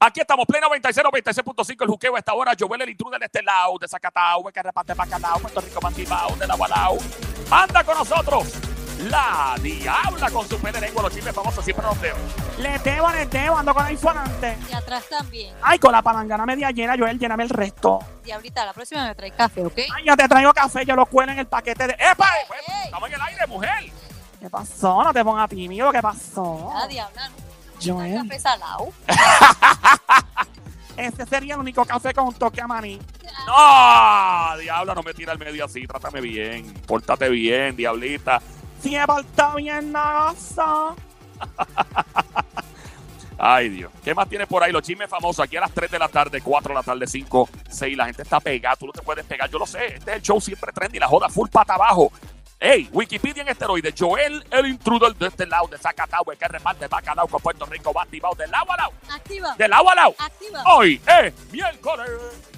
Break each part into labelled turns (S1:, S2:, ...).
S1: Aquí estamos, plena 96, 96.5, el juqueo a esta hora. Joel, el intruder de este lado, de Zacatau, que reparte Bacalao, Puerto Rico, Mantibao, de la Gualao. Anda con nosotros la diabla con su pene lengua, los chismes famosos siempre los veo.
S2: Le debo, le debo, ando con la infonante.
S3: Y atrás también.
S2: Ay, con la palangana media llena, Joel, lléname el resto.
S3: Diablita, la próxima me trae café, ¿ok?
S2: Ay, yo te traigo café, yo lo cuelo en el paquete de... ¡Epa!
S1: Pues, Estamos en el aire, mujer.
S2: ¿Qué pasó? No te pongas tímido, ¿qué pasó?
S3: La diabla, ¿no?
S2: Joel.
S3: Café salado.
S2: Ese sería el único café con un toque a maní.
S1: No, diabla, no me tira al medio así, trátame bien, pórtate bien, diablita.
S2: Si he portado bien nagazo.
S1: Ay, Dios. ¿Qué más tiene por ahí? Los chismes famosos. Aquí a las 3 de la tarde, 4 de la tarde, 5, 6. La gente está pegada. Tú no te puedes pegar. Yo lo sé. Este es el show siempre trendy. La joda full pata abajo. Ey, Wikipedia en esteroides. Joel, el intruder de este lado, de Zacatau, el que reparte bacalao con Puerto Rico, va activado del lado a lado.
S3: Activa.
S1: Del lado a lado.
S3: Activa.
S1: Hoy es miércoles.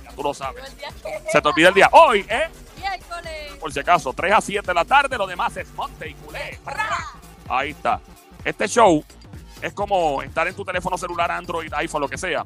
S1: Ya tú lo sabes.
S3: El día que-
S1: Se te olvida el día. Hoy es,
S3: Miércoles.
S1: por si acaso, 3 a 7 de la tarde. Lo demás es monte y culé. ¡Ra! Ahí está. Este show es como estar en tu teléfono celular, Android, iPhone, lo que sea,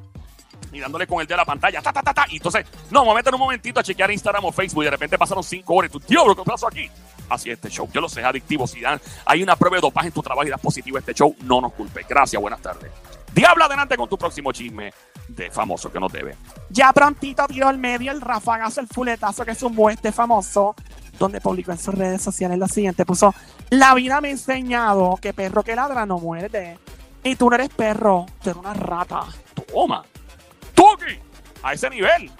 S1: y dándole con el dedo a la pantalla. Ta, ta, ta, ta. Y entonces, no, me voy a meter un momentito a chequear Instagram o Facebook y de repente pasaron cinco horas y tú, diablo, ¿qué pasó aquí? Así es este show. Yo lo sé, es adictivo. Si dan, hay una prueba de dopaje en tu trabajo y das positivo a este show, no nos culpes. Gracias, buenas tardes. Diabla, adelante con tu próximo chisme de famoso que nos debe.
S2: Ya prontito tiró al medio el rafagazo, el fuletazo que sumó este famoso, donde publicó en sus redes sociales lo siguiente. Puso, la vida me ha enseñado que perro que ladra no muerde. Y tú no eres perro, tú eres una rata.
S1: Toma. Tuki. A ese nivel.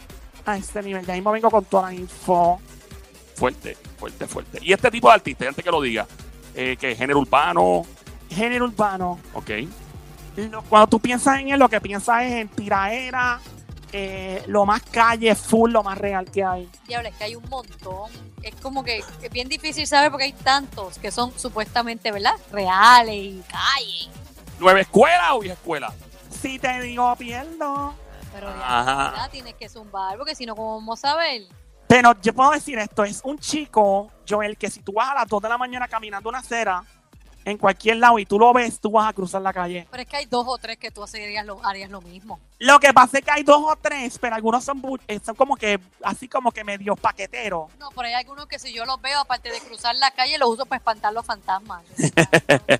S2: A este nivel, ya mismo vengo con toda la info.
S1: Fuerte, fuerte, fuerte. Y este tipo de artista, y antes que lo diga, eh, que género urbano,
S2: Género urbano.
S1: ok.
S2: lo- cuando tú piensas en él, lo que piensas es en tiraera, eh, lo más calle, full, lo más real que hay.
S3: Diabla, es que hay un montón. Es como que es bien difícil saber porque hay tantos que son supuestamente, ¿verdad? Reales y calle.
S1: ¿Nueva escuela o vieja escuela?
S2: Si te digo, pierdo.
S3: Pero
S1: Ajá.
S3: diabla, tienes que zumbar porque si no, ¿cómo vamos a saber?
S2: Pero yo puedo decir esto, es un chico, Joel, que si tú vas a las 2 de la mañana caminando una acera, en cualquier lado, y tú lo ves, tú vas a cruzar la calle.
S3: Pero es que hay dos o tres que tú harías lo, harías lo mismo.
S2: Lo que pasa es que hay dos o tres, pero algunos son, bu- eh, son como que, así como que medio paqueteros.
S3: No, pero hay algunos que si yo los veo, aparte de cruzar la calle, los uso para espantar los fantasmas. No, no, no, no.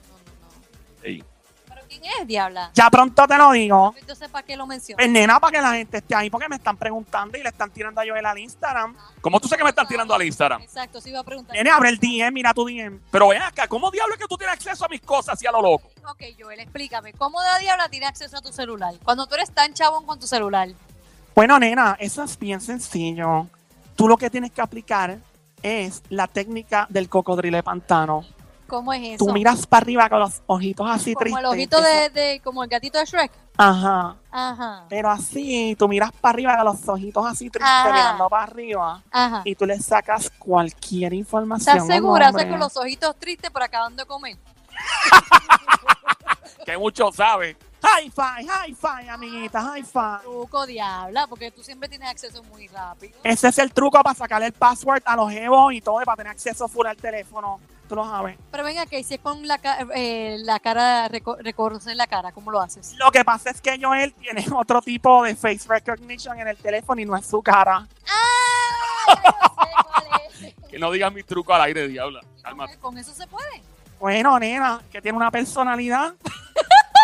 S1: Ey.
S3: ¿Pero quién es, diabla?
S2: Ya pronto te lo digo.
S3: Entonces, ¿para qué lo mencionas?
S2: Pues nena, para que la gente esté ahí, porque me están preguntando y le están tirando a Joel al Instagram.
S1: Como tú sé que me están tirando al Instagram.
S3: Exacto, sí iba a preguntar.
S2: Nene, abre el DM, mira tu DM.
S1: Pero ven acá, ¿cómo diablo es que tú tienes acceso a mis cosas y a lo loco?
S3: Ok, Joel, explícame, ¿cómo la diabla tiene acceso a tu celular? Cuando tú eres tan chabón con tu celular.
S2: Bueno, nena, eso es bien sencillo. Tú lo que tienes que aplicar es la técnica del cocodrilo de pantano.
S3: ¿Cómo es eso?
S2: Tú miras para arriba con los ojitos así
S3: como
S2: tristes.
S3: el ojito de, de- como el gatito de Shrek.
S2: Ajá.
S3: Ajá,
S2: Pero así, tú miras para arriba con los ojitos así tristes,
S3: Ajá.
S2: mirando para arriba.
S3: ajá.
S2: Y tú le sacas cualquier información.
S3: ¿Estás
S2: a un
S3: segura? O sea,
S2: hombre.
S3: con los ojitos tristes por acabando de comer.
S1: Que muchos saben.
S2: Hi-fi, hi-fi, amiguita, hi-fi.
S3: Truco, diabla, porque tú siempre tienes acceso muy rápido.
S2: Ese es el truco para sacarle el password a los jevos y todo, y para tener acceso full al teléfono. Tú lo sabes.
S3: Pero venga, que si es con la, ca- eh, la cara, reco- reconocer la cara, ¿cómo lo haces?
S2: Lo que pasa es que Joel tiene otro tipo de face recognition en el teléfono y no es su cara.
S3: Ah,
S1: Que no digas mis trucos al aire, diabla. Cálmate.
S3: Con eso se puede.
S2: Bueno, nena, que tiene una personalidad.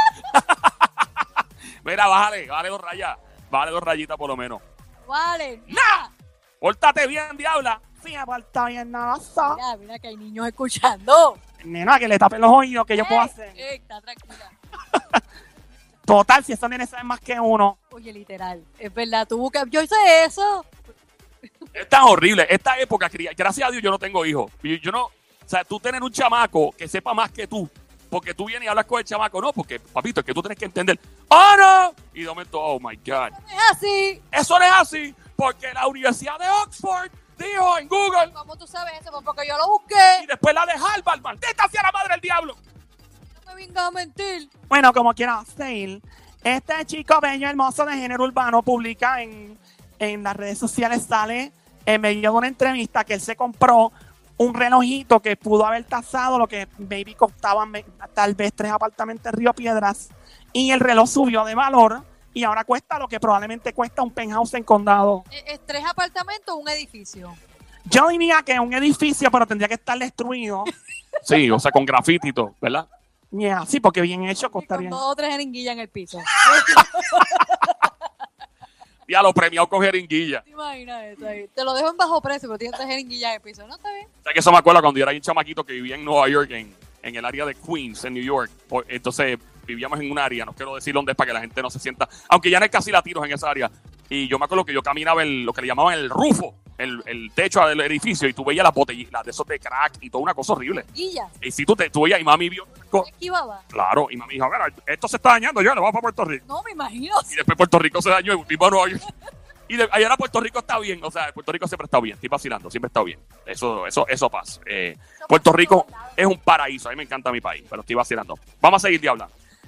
S1: Mira, bájale, bájale dos rayas. Bájale dos rayitas por lo menos.
S3: Vale.
S1: Pórtate bien, diabla.
S2: Sí, aparta bien nada. sa.
S3: Mira, mira que hay niños escuchando.
S2: Nena, que le tapen los oídos, que yo puedo
S3: Eh,
S2: hacer.
S3: eh, está tranquila.
S2: Total, si esos nenes saben más que uno.
S3: Oye, literal. Es verdad, tú buscas. Yo hice eso.
S1: Es tan horrible. Esta época, cría- gracias a Dios, yo no tengo hijos. Y Yo no. O sea, tú tener un chamaco que sepa más que tú. Porque tú vienes y hablas con el chamaco. No, porque, papito, es que tú tienes que entender. ¡Oh, no! Y de momento, oh my God.
S3: No es así.
S1: Eso no es así. Porque la Universidad de Oxford dijo en Google
S3: ¿Cómo tú sabes eso? Pues porque yo lo busqué.
S1: y después la de Harvard, maldita sea la madre del diablo.
S3: No me vengas a mentir.
S2: Bueno, como quiera hacer. Este chico bello, hermoso de género urbano, publica en, en las redes sociales, sale en medio de una entrevista que él se compró un relojito que pudo haber tasado lo que baby costaban me- tal vez tres apartamentos en Río Piedras. Y el reloj subió de valor y ahora cuesta lo que probablemente cuesta un penthouse en condado.
S3: Eh, Es tres apartamentos, un edificio.
S2: Yo diría que un edificio, pero tendría que estar destruido.
S1: Sí, o sea, con grafiti y todo, ¿verdad?
S2: Yeah, sí, porque Pues bien hecho
S3: Y
S2: costaría.
S3: con dos o tres jeringuillas en el piso.
S1: Y a lo premiado con jeringuilla.
S3: ¿Te imaginas eso ahí? Te lo dejo en bajo precio, pero tienes tres jeringuillas en el piso. No, está bien.
S1: O sea, que eso me acuerdo cuando yo era un chamaquito que vivía en Nueva York, en, en el área de Queens, en New York. O- Entonces vivíamos en un área, no quiero decir dónde es para que la gente no se sienta, aunque ya no hay casi latinos en esa área. Y yo me acuerdo que yo caminaba en lo que le llamaban el rufo, el, el techo del edificio, y tú veías las botellitas de esos de crack y toda una cosa horrible.
S3: Jeringuillas.
S1: Y si tú, te, tú veías, y mami vio, co-
S2: Oh.
S3: ¿Qué esquivaba?
S1: claro, y mami dijo, "Mira, esto se está dañando, yo le voy para Puerto Rico.
S3: No, me imagino.
S1: Y después Puerto Rico se dañó y volvimos a Nueva York. Y de, ahí ahora Puerto Rico está bien, o sea, Puerto Rico siempre está bien, estoy vacilando, siempre está bien. Eso, eso, eso pasa. Eh, Puerto Rico es un paraíso, a mí me encanta mi país, pero estoy vacilando. Vamos a seguir diabla.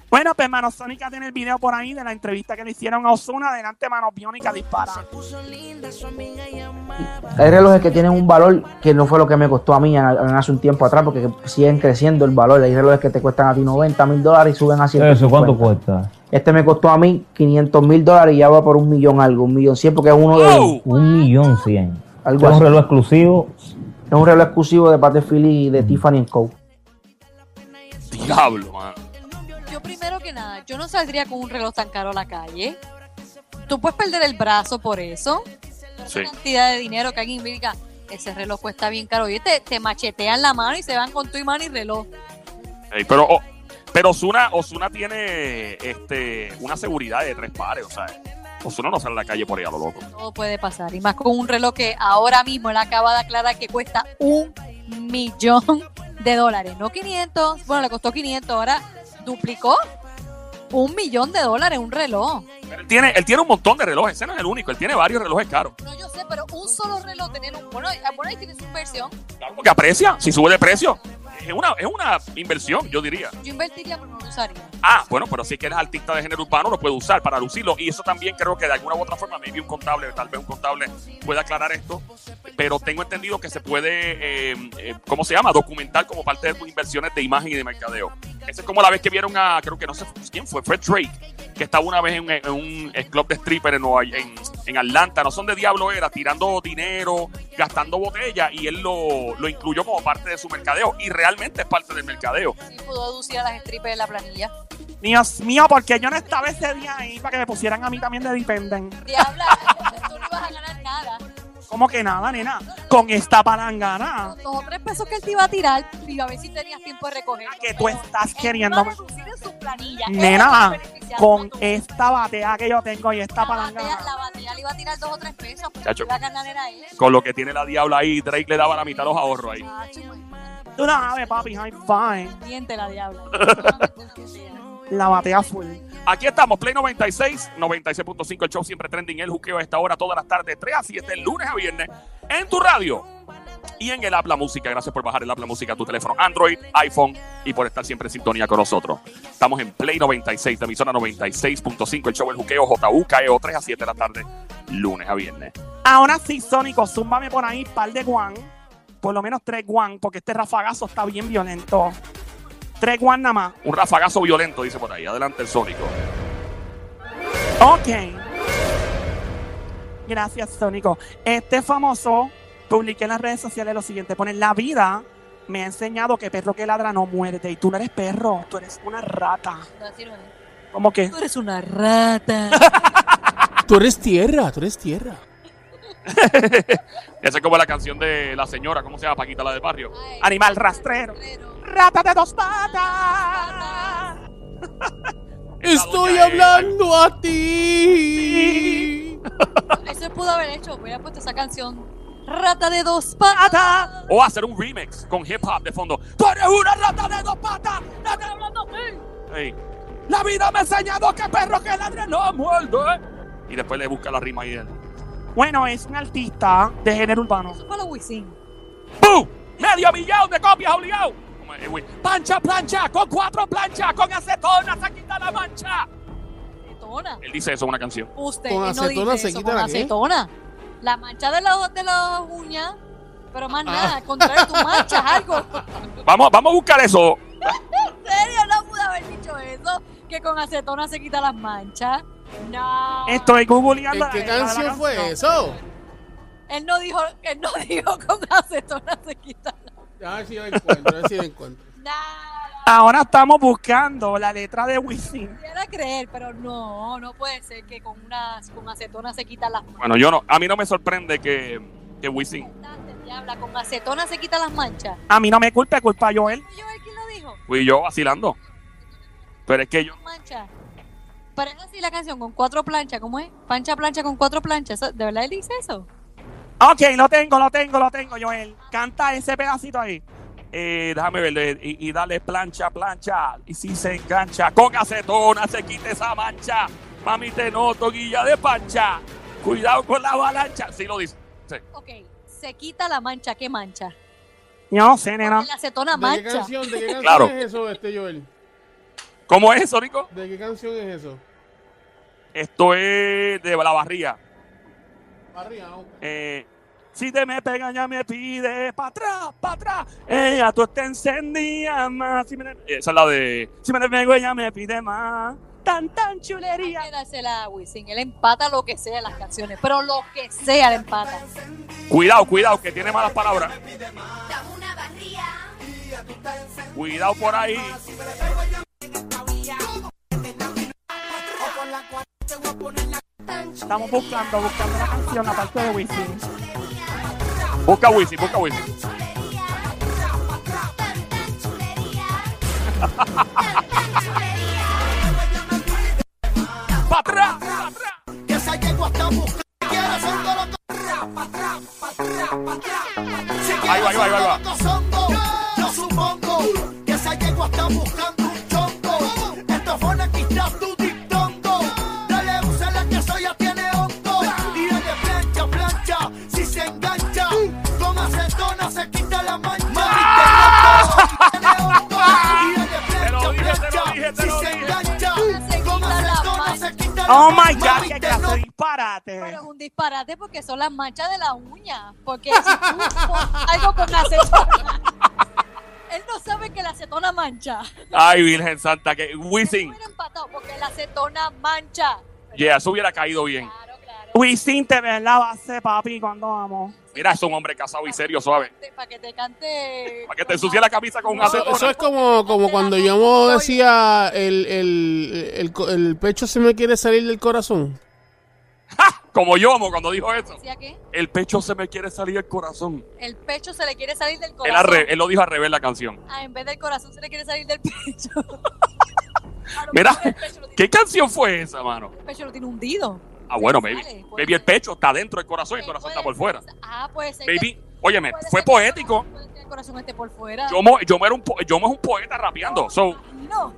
S2: Bueno, pues Manos Sónica tiene el video por ahí de la entrevista que le hicieron a Osuna. Adelante, Manos Biónica dispara.
S4: Hay relojes que tienen un valor que no fue lo que me costó a mí en- en hace un tiempo atrás, porque siguen creciendo el valor. Hay relojes que te cuestan a ti 90 mil dólares y suben a 100
S5: ¿Eso cuánto cuesta?
S4: Este me costó a mí 500 mil dólares y ya va por un millón algo, un millón 100, porque es uno de
S1: ¡Wow!
S5: Un millón cien. Es
S4: algo
S5: un
S4: así.
S5: reloj exclusivo.
S4: Es un reloj exclusivo de Patek Philippe y de Tiffany Co.
S1: Diablo, man.
S3: Yo primero que nada, yo no saldría con un reloj tan caro a la calle. Tú puedes perder el brazo por eso. Por
S1: Sí.
S3: esa cantidad de dinero que alguien me diga, ese reloj cuesta bien caro. Y te, te machetean la mano y se van con tu mano y reloj.
S1: Ey, pero oh, pero Osuna, Osuna tiene este, una seguridad de tres pares, o sea, Osuna no sale a la calle por ahí a lo loco.
S3: Todo puede pasar. Y más con un reloj que ahora mismo él acaba de aclarar que cuesta un millón de dólares. No 500. Bueno, le costó 500. Ahora duplicó un millón de dólares un reloj.
S1: Pero él tiene, él tiene un montón de relojes, ese no es el único, él tiene varios relojes caros.
S3: No, yo sé, pero un solo reloj tener un. Bueno, eh, bueno ahí tienes su versión.
S1: Claro, porque aprecia, si sube de precio. Es una, es una inversión, yo diría.
S3: Yo invertiría, pero no lo usaría.
S1: Ah, bueno, pero si es que eres artista de género urbano, lo puede usar para lucirlo. Y eso también creo que de alguna u otra forma, maybe un contable, tal vez un contable pueda aclarar esto. Pero tengo entendido que se puede, eh, eh, ¿cómo se llama? Documentar como parte de tus inversiones de imagen y de mercadeo. Esa es como la vez que vieron a, creo que no sé quién fue, Fred Drake, que estaba una vez en, en un eh, club de stripper en, Nueva- en, en Atlanta, no son de diablo era, tirando dinero, gastando botella, y él lo, lo incluyó como parte de su mercadeo. Y realmente es parte del mercadeo.
S3: Sí, pudo deducir a las strippers de la planilla.
S2: Dios mío, porque yo no estaba ese día ahí para que me pusieran a mí también de dependent.
S3: Diabla, tú no ibas a ganar nada.
S2: ¿Cómo que nada, nena? Con esta palangana.
S3: Los dos o tres pesos que él te iba a tirar y a ver si tenías tiempo de recoger.
S2: Que tú estás queriendo.
S3: queriéndome
S2: Nena, con esta batea que yo tengo y esta palangana.
S3: La batea le iba a tirar dos o tres pesos, pero
S1: Chacho.
S3: iba a ganar era él.
S1: con lo que tiene la diabla ahí, Drake le daba la mitad de los ahorros ahí.
S3: Chacho, imagínate,
S2: Tú la sabes, papi, high five.
S3: diente la diabla.
S2: La batea full.
S1: Aquí estamos, Play 96, 96.5, el show siempre trending, el juqueo a esta hora, todas las tardes, 3 a 7, lunes a viernes, en tu radio y en el app La Música. Gracias por bajar el app La Música a tu teléfono Android, iPhone y por estar siempre en sintonía con nosotros. Estamos en Play 96, de emisora 96.5, el show El Juqueo, JUKEO, 3 E, a 7 de la tarde, lunes a viernes.
S2: Ahora sí, Sónico, zúmbame por ahí, par de guan. Por lo menos tres guan, porque este rafagazo está bien violento. Tres guan nada más.
S1: Un rafagazo violento, dice por ahí. Adelante el sónico.
S2: Ok. Gracias, Sónico. Este famoso publiqué en las redes sociales lo siguiente. Pone, la vida me ha enseñado que perro que ladra no muerde. Y tú no eres perro, tú eres una rata. ¿Cómo que?
S3: Tú eres una rata.
S6: Tú eres tierra, tú eres tierra.
S1: Esa es como la canción de la señora, ¿cómo se llama? Paquita, la de barrio.
S2: Animal rastrero. Rata de dos patas.
S6: Estoy
S1: doña Eva.
S6: hablando a ti.
S3: Eso pudo haber hecho, hubiera puesto esa canción. Rata de dos patas.
S2: Rata.
S1: O hacer un remix con hip hop de fondo. ¡Tú eres una rata de dos patas! ¡La, de- Ey, la vida me ha enseñado que perro que ladra no eh. muerde! Y después le busca la rima y él.
S2: Bueno, es un artista de género urbano.
S3: Eso fue lo Wisin.
S1: ¡Pum! ¡Medio millón de copias obligado! Como, eh, güey, ¡Pancha, plancha! ¡Con cuatro planchas! ¡Con acetona! ¡Se quita la mancha!
S3: Acetona.
S1: Él dice eso en una canción.
S3: Usted
S6: Con
S3: no
S6: acetona
S3: dice
S6: se
S3: eso,
S6: quita
S3: con
S6: la qué?
S3: acetona. La mancha de las de las uñas. Pero más
S6: Ah.
S3: nada, al contrario, tú manchas algo.
S1: Vamos, vamos a buscar eso.
S3: ¿En serio? No pude haber dicho eso. Que con acetona se quita las manchas. No.
S2: Estoy googleando.
S6: ¿En
S2: la
S6: qué
S2: letra de la
S6: canción fue
S2: canción.
S6: eso?
S3: Él no dijo, él no dijo con acetona se quita.
S6: A ver si lo encuentro, a ver si lo encuentro.
S3: Nada.
S2: Ahora estamos buscando la letra de Wisin.
S3: Quisiera creer, pero no, no puede ser que con una con acetona se quitan las manchas.
S1: Bueno, yo no, a mí no me sorprende que, que Wisin.
S3: Diabla, con acetona se quitan las manchas.
S2: A mí no me culpa, culpa a Joel.
S3: ¿Yo él quién lo dijo?
S1: Fui yo vacilando. Pero es que yo.
S3: Mancha. Pero es así la canción, con cuatro planchas, ¿cómo es? Pancha, plancha, con cuatro planchas. ¿Eso- ¿De verdad él dice eso?
S2: Ok, lo tengo, lo tengo, lo tengo, Joel. Canta ese pedacito ahí.
S1: Eh, déjame ver. Y, y dale plancha, plancha. Y si se engancha, con acetona se quita esa mancha. Mami, te noto, guilla de pancha. Cuidado con la avalancha. Sí lo dice.
S3: Ok, se quita la mancha, ¿qué mancha?
S2: Yo no sé, nena.
S3: La acetona
S6: ¿De qué
S3: mancha.
S6: canción, de qué canción
S1: Claro.
S6: es eso, este Joel?
S1: ¿Cómo es eso, Nico?
S6: ¿De qué canción es eso?
S1: Esto es de la barría.
S6: Arriba, vamos.
S1: Eh,
S2: Si te me pegan, ya me pide pa' atrás, pa' atrás.
S1: Eh,
S2: Ella tú te encendía más. Si me,
S1: esa es la de.
S2: si me le pego, ella me pide más. Tan, tan chulería.
S3: Quédasela a Wisin. Él empata lo que sea en las canciones, pero lo que sea le empata.
S1: Cuidado, cuidado, que tiene malas palabras. Cuidado por ahí.
S2: Estamos buscando, buscando la canción, aparte de Wisin.
S1: Busca Wisin, busca Wisin. ¡Para atrás! pa' atrás. Ahí va, ahí va, ahí va, ahí va.
S7: Yo supongo que esa yegua está buscando un chongo. Estos fones quizás tu dictongo. Dale, úsala que eso ya tiene hondo. Y dale plancha, plancha, si se engancha. Con acetona se quita la mancha. Mami, te noto, y tiene hondo. Y
S1: Te lo dije,
S7: dale plancha,
S1: te lo dije,
S7: plancha,
S1: te lo
S7: si se
S1: dije.
S7: engancha.
S3: Se
S7: Con
S3: quita la
S7: acetona
S3: mancha.
S7: se quita la
S2: Oh my
S7: mancha.
S2: god,
S7: Mami,
S2: que
S7: te noto.
S2: casi disparate.
S3: Pero es un disparate porque son las manchas de la uña. Porque si tú pon- algo con acetona, él no sabe que la acetona mancha.
S1: Ay, Virgen Santa, que
S3: Él
S1: Wisin.
S3: hubiera empatado porque la acetona mancha.
S1: Yeah, eso hubiera caído bien.
S3: Claro, claro.
S2: Wisin te ve en la base, papi, cuando vamos.
S1: Mira, es un hombre casado y serio, suave.
S3: Para que te cante.
S1: Uh. Para que te ensucie la camisa con
S3: No,
S1: acetona.
S6: Eso es como, como cuando yo decía el, el, el, co- el pecho se me quiere salir del corazón.
S1: ¡Ja! Como Yomo cuando dijo eso.
S3: ¿Decía qué?
S1: El pecho se me quiere salir el corazón.
S3: El pecho se le quiere salir del
S1: Él,
S3: corazón.
S1: al re- él lo dijo al revés la canción.
S3: Ah, en vez del corazón se le quiere salir del pecho. A lo
S1: Mira,
S3: mejor el pecho lo tiene-
S1: ¿Qué canción fue esa, mano?
S3: El pecho lo tiene hundido.
S1: Ah, bueno,
S3: Se le
S1: baby.
S3: sale, puede
S1: Baby, el
S3: ser.
S1: pecho está dentro del corazón y el
S3: Puede
S1: corazón
S3: ser.
S1: está por fuera.
S3: Ah, puede ser. que-
S1: Baby, óyeme,
S3: puede
S1: fue
S3: ser que el
S1: poético.
S3: corazón- puede que El corazón esté por fuera.
S1: Yomo, Yomo, era un po- Yomo es un poeta rapeando. So,
S3: No,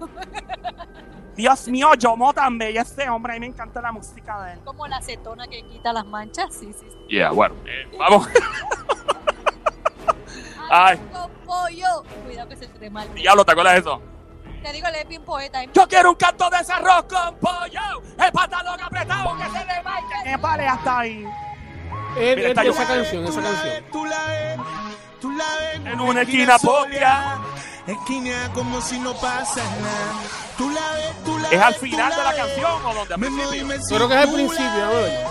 S2: Dios mío, Yomo tan bella este hombre, a mí me encanta la música de él.
S3: como la acetona que quita las manchas. Sí, sí. sí.
S1: yeah, bueno. eh, vamos. Ay.
S3: con pollo. Cuidado que se te mal.
S1: Diablo, ¿te acuerdas de eso?
S3: Te digo, él es bien poeta.
S2: Yo quiero un canto de ese arroz con pollo, el pantalón apretado que se le marque. Que pare hasta ahí.
S6: Es,
S1: Mira,
S6: es
S1: está
S6: de
S1: yo-
S6: esa canción, esa canción.
S8: Tú la ves, tú la ves
S1: En una esquina
S8: soleada, Esquina como si no pasa nada. Tú la ves, tú la
S1: ¿Es al
S8: ves, tú
S1: final de la
S8: ves.
S1: canción o donde al
S8: Memo,
S1: principio?
S8: dime si
S6: Creo que es al
S8: tú la
S6: principio, a ver.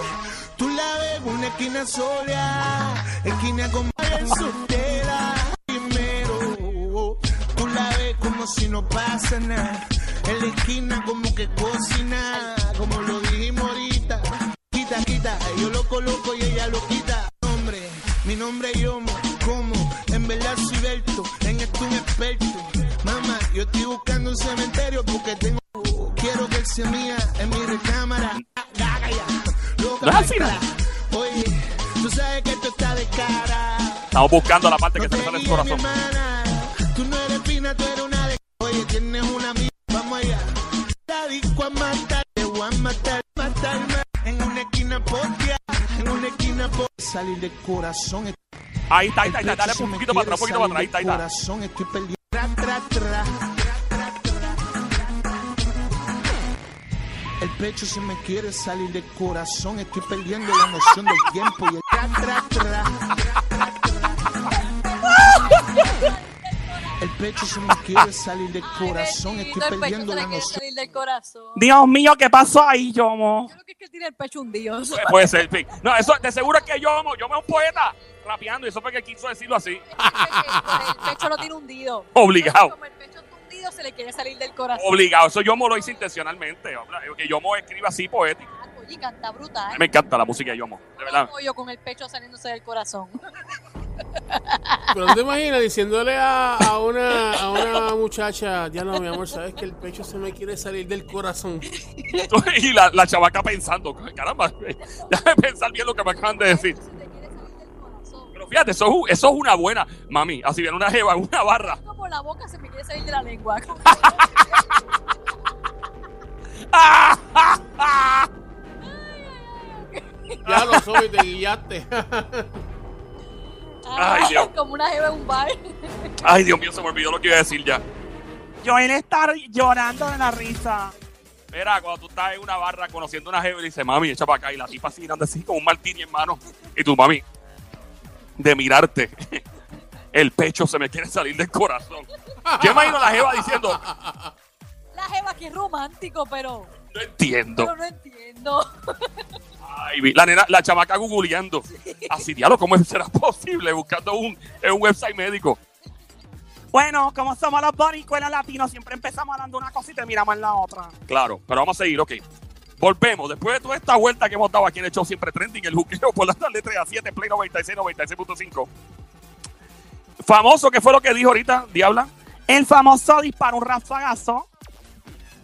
S8: Tú la ves, una esquina sola, esquina con soltera. Primero, tú la ves como si no pasa nada. En la esquina como que cocina, como lo dijimos ahorita. Quita, quita, yo lo coloco y ella lo quita. Hombre, mi nombre es Yomo, como en verdad soy Berto, en esto un experto. Mamá, yo estoy buscando un cementerio porque tengo. Quiero que él sea mía en mi recámara. Gaga ya, loca,
S1: No es al final.
S8: Oye, tú sabes que esto está de cara.
S1: Estamos buscando la parte que se
S8: No te
S1: le sale el
S8: guíes, mi
S1: corazón.
S8: hermana. Tú no eres fina, tú eres una de. Oye, tienes una mía. Vamos allá. La disco a matar, te voy a matar, matarme. En una esquina potia, en una esquina por salir del corazón. Estoy
S1: Ahí está, ahí está, ahí está. Dale un poquito para atrás, un poquito para atrás. Ahí está, ahí está.
S8: Corazón, estoy perdido. Tra, tra, tra. El pecho se me quiere salir del corazón, estoy perdiendo la noción del tiempo y el tra, tra, tra. El pecho se me quiere salir del corazón, estoy perdiendo la noción.
S3: del del corazón.
S2: Dios mío, ¿qué pasó ahí, Yomo?
S3: Yo creo que es que él tiene el pecho hundido.
S1: Pu- Puede ser, en fin. No, eso de seguro es que yo amo, yo me un poeta rapeando y eso fue que quiso decirlo así.
S3: El pecho lo tiene hundido.
S1: Obligado.
S3: Como el pecho está hundido, se le quiere salir del corazón.
S1: Obligado, eso yo lo hice intencionalmente. hombre, Que Yomo escribe así poético.
S3: Oye, canta brutal.
S1: Me encanta la música de Yomo, de Oh. verdad.
S3: pollo con el pecho saliéndose del corazón.
S6: Pero no te imaginas diciéndole a, a una, a una muchacha, Diana, mi amor, sabes que el pecho se me quiere salir del corazón.
S1: Y la, la chavaca pensando, caramba, déjame pensar bien lo que me acaban de decir.
S3: Se le quiere salir del corazón.
S1: Pero fíjate, eso, es un- eso es una buena, mami. Así viene una jeva, una barra.
S3: Como la boca se me quiere salir de la lengua.
S1: ¡Ah!
S6: Ya lo soy, te guillaste.
S1: Ay, Dios.
S3: Como una jeva en un bar.
S1: Ay, Dios mío, se me olvidó lo que iba a decir ya.
S2: Joel está llorando de la risa.
S1: Mira, cuando tú estás en una barra conociendo una jeva y dices, mami, echa para acá. Y la tipa así, grande así, con un martini en mano. Y tú, mami, de mirarte, el pecho se me quiere salir del corazón. Yo imagino a la jeva diciendo,
S3: La jeva que es romántico, pero,
S1: no entiendo.
S3: pero no entiendo.
S1: Ay, vi- la nena, la chamaca googleando. Así, diablo, ¿cómo será posible? Buscando un, en un website médico.
S2: Bueno, como somos los boricuelas latinos, siempre empezamos hablando una cosa y terminamos en la otra.
S1: Claro, pero vamos a seguir, ok. Volvemos, después de toda esta vuelta que hemos dado aquí en el show siempre trending, el juqueo por la tarde 3 a 7, Play 96, 96.5. Famoso, que fue lo que dijo ahorita, Diabla?
S2: El famoso disparó un rafagazo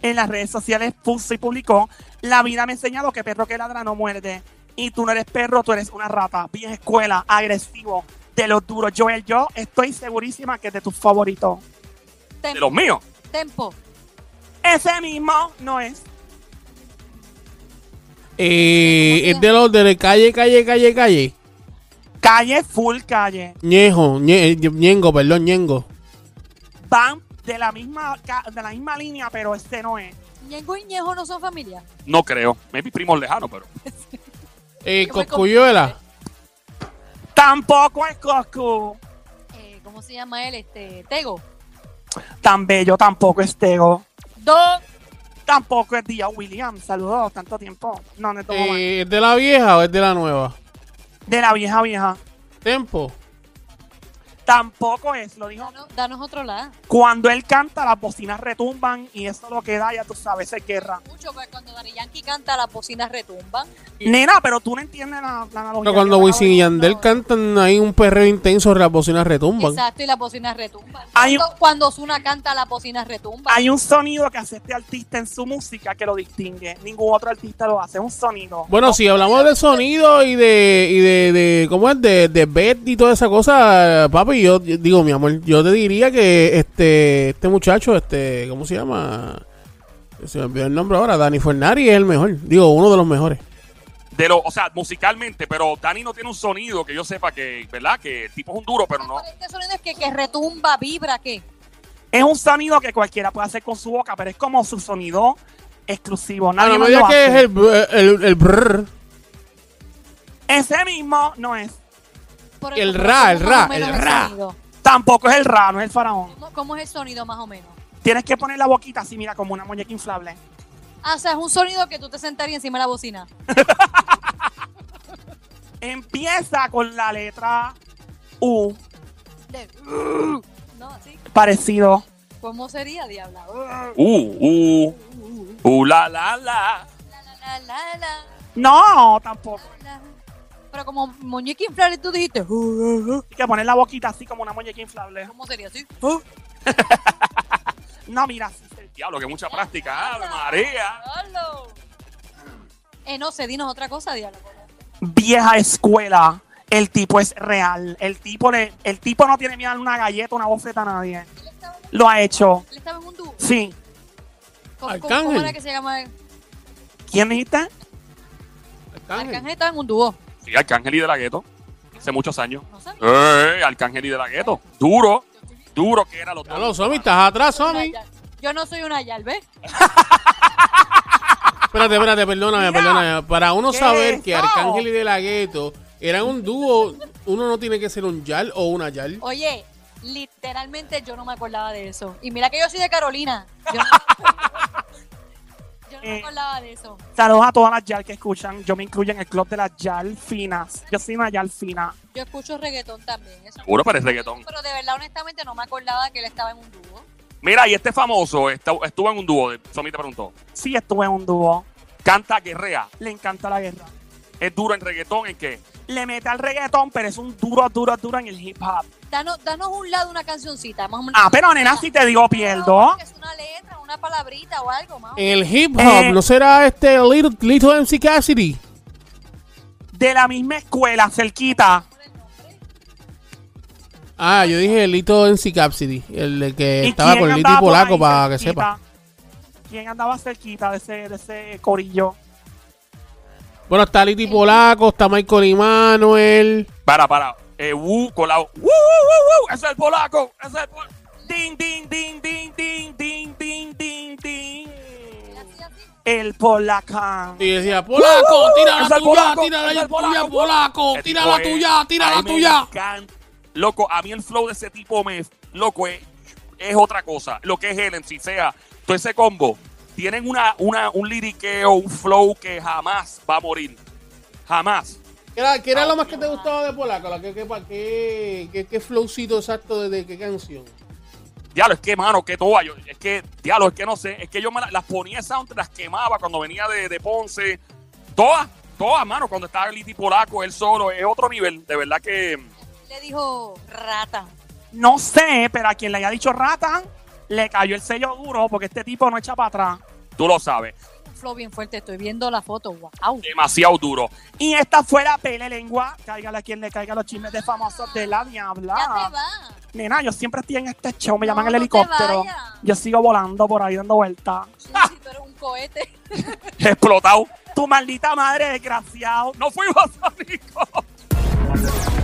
S2: en las redes sociales, puso y publicó, la vida me ha enseñado que perro que ladra no muerde. Y tú no eres perro, tú eres una rata. Bien escuela, agresivo, de los duros. Joel, yo estoy segurísima que es de tus favoritos.
S1: De
S3: Tempo.
S1: los míos.
S3: Tempo.
S2: Ese mismo no es.
S6: Eh, es de los de calle, calle, calle, calle.
S2: Calle, full calle.
S6: Ñejo, Ñe- eh, Ñengo, perdón, Ñengo.
S2: Van de la misma, ca- de la misma línea, pero este no es.
S3: Ñengo y Ñejo no son familia.
S1: No creo. Maybe primos lejanos, pero.
S6: Eh,
S3: Yo me
S6: Coscuyuela.
S2: Tampoco es Coscu.
S3: Eh, ¿Cómo se llama él? Este, Tego.
S2: Tan bello, tampoco es Tego.
S3: Don.
S2: Tampoco es Dia Williams. Saludos, tanto tiempo. No, no tomo mal.
S6: Eh, ¿Es de la vieja o es de la nueva?
S2: De la vieja vieja.
S6: Tempo.
S2: Tampoco es, lo dijo.
S3: Danos, danos otro lado.
S2: Cuando él canta, las bocinas retumban y eso lo que da, ya tú sabes, es guerra.
S3: Mucho que cuando Dari Yankee canta, las bocinas retumban.
S2: Nena, pero tú no entiendes la, la analogía.
S6: Pero cuando
S2: que acabo
S6: Wisin
S2: de-
S6: y Yandel
S3: no.
S6: cantan ahí un perreo intenso, las bocinas retumban.
S3: Exacto, y las bocinas retumban.
S2: Hay un-
S3: Cuando, cuando Ozuna canta, las bocinas retumban.
S6: Ah,
S2: Hay un sonido que hace este artista en su música que lo distingue. Ningún otro artista lo hace. Es un sonido.
S6: Bueno, si hablamos de sonido y de, y de, de ¿cómo es? De, de bed y toda esa cosa, papi, yo yo digo, mi amor, yo te diría que este, este muchacho, este, ¿cómo se llama? Se me olvidó el nombre ahora, Dani Fornari es el mejor, digo, uno de los mejores.
S1: De lo, o sea, musicalmente, pero Dani no tiene un sonido que yo sepa que, ¿verdad? Que el tipo es un duro, pero no.
S3: Pero Este sonido es que, que retumba, vibra, ¿qué?
S2: Es un sonido que cualquiera puede hacer con su boca, pero es como su sonido exclusivo. Nadie
S6: Bueno,
S2: más
S6: me diga
S2: lo
S6: que es
S2: hace.
S6: el, br- el, el brr.
S2: Ese mismo no es.
S3: Por
S6: El
S3: por
S6: ra, el
S3: cómo más
S6: ra,
S3: o menos
S6: el
S3: es
S6: ra.
S3: sonido.
S2: Tampoco es el rano, es el faraón.
S3: ¿Cómo, cómo es el sonido más o menos?
S2: Tienes que poner la boquita así, mira, como una muñeca inflable.
S3: Ah, o sea, es un sonido que tú te sentarías encima de la bocina.
S2: Empieza con la letra U,
S3: De- no, así.
S2: parecido.
S3: ¿Cómo sería, diabla?
S1: Uh, uh, uh, la, la, la.
S3: La, la, la, la, la,
S2: No, tampoco.
S3: la. Pero como muñeca inflable, tú dijiste. "Uh, uh, uh".
S2: Hay que poner la boquita así como una muñeca inflable.
S3: ¿Cómo sería así?
S2: No, mira, así se-
S1: Diablo, que mucha práctica. Ave María.
S3: Diablo. Eh, no sé, dinos otra cosa, diablo.
S2: vieja escuela. El tipo es real. El tipo, le, el tipo no tiene miedo a darle una galleta, una bofeta a nadie.
S3: Él estaba,
S2: Lo ha hecho.
S3: él estaba en un dúo.
S2: Sí.
S3: ¿Cómo, cómo-
S6: Arcángel.
S3: cómo era que se llama? él?
S2: ¿Quién dijiste?
S3: Arcángel estaba en un dúo.
S1: Sí, Arcángel y de la gueto. Hace muchos años.
S3: No sabía.
S1: ¡Ey! Arcángel y de la gueto. Duro, duro que era los
S6: Ya
S1: dos.
S6: lo, Somi, estás atrás,
S3: Soy una
S6: Somi.
S3: yal- Yo no soy una yal, ¿ves?
S6: Espérate, espérate, perdóname,
S2: Mira.
S6: perdóname. Para uno
S2: ¿Qué
S6: saber
S2: es
S6: que
S2: eso?
S6: Arcángel y De La Ghetto eran un dúo, uno no tiene que ser un yal o una yal.
S3: Oye, literalmente yo no me acordaba de eso. Y mira que yo soy de Carolina. Yo no-
S2: eh,
S3: acordaba de eso.
S2: saludos a todas las YAL que escuchan. Yo me incluyo en el club de las YAL finas. Yo soy una YAL fina.
S3: Yo escucho reggaetón también. Eso.
S1: Seguro, pero es reggaetón.
S3: Pero de verdad, honestamente, no me acordaba que él estaba en un dúo.
S1: Mira, y este famoso está- estuvo en un dúo, de- Somi te preguntó.
S2: Sí, estuve en un dúo.
S1: Canta guerrea.
S2: Le encanta la guerra.
S1: Es duro en reggaetón, ¿en qué?
S2: Le mete al reggaetón, pero es un duro, duro, duro en el hip hop.
S3: Danos, danos un lado una cancioncita. Más o menos.
S2: Ah, pero nena, si te digo pierdo.
S3: Que Es una letra, una palabrita o algo, más. o menos.
S6: En el hip hop,
S2: Eh.
S6: ¿no será este Little, Little MC Cassidy?
S2: De la misma escuela, cerquita.
S3: Por el nombre.
S6: Ah, yo dije Little MC Cassidy, el de que
S2: ¿Y
S6: estaba
S2: quién
S6: con Lito
S2: andaba
S6: y
S2: por
S6: Polaco,
S2: ahí
S6: para que
S2: cerquita?
S6: sepa.
S2: ¿Quién andaba cerquita de ese, de ese corillo?
S6: Bueno, está Lito
S2: Eh,
S6: y Polaco, está Michael Emanuel.
S1: Para, para. Eh, Wu con la. ¡Woo, woo, woo, woo! ¡Ese es el polaco! ¡Ese es el polaco!
S2: Ding, ding, ding, ding, ding, ding, ding, ding, ding.
S3: Así, así.
S2: El Polacán.
S6: Y decía, Polaco,
S2: uh,
S6: tira
S1: ¡Es el
S6: la tuya,
S1: polaco!
S6: tira
S1: ¡Es
S6: la
S1: el polaco!
S6: tuya, Polaco,
S1: El
S6: tira
S1: tipo
S6: la
S1: es-
S6: tuya,
S1: a
S6: tira la
S1: mí me
S6: tuya.
S1: encanta. Loco, a mí el flow de ese tipo me. Loco, es, es otra cosa. Lo que es él en sí sea. Todo ese combo. Tienen una, una, un liriqueo, un flow que jamás va a morir. Jamás.
S6: ¿Qué era, qué era lo más que te gustaba de Polaco? La que- que- pa- ¿Qué, qué, qué flowcito exacto de, de qué canción?
S1: Diablo, es que, mano, que toa. Yo, es que, diablo, es que no sé. Es que yo me la- las ponía sound, las quemaba cuando venía de, de Ponce. Todas, todas, mano. Cuando estaba Liti Polaco, él solo. Es otro nivel. De verdad que.
S3: Le dijo rata.
S2: No sé, pero a quien le haya dicho rata, le cayó el sello duro porque este tipo no echa para atrás.
S1: Tú lo sabes.
S3: Un flow bien fuerte. Estoy viendo la foto.
S2: Ah.
S3: Wow.
S1: Demasiado duro.
S2: Y esta fue la pele lengua. Cáigale a quien le caiga los chismes de famosos de la
S3: Ya
S2: diabla.
S3: te va.
S2: Nena, yo siempre estoy en este show, me
S3: No,
S2: llaman el
S3: no te
S2: helicóptero.
S3: vayas.
S2: Yo sigo volando por ahí dando vueltas.
S3: Sí, sí, tú eres un cohete.
S1: Explotado.
S2: Tu maldita madre, desgraciado.
S1: No fuimos amigos.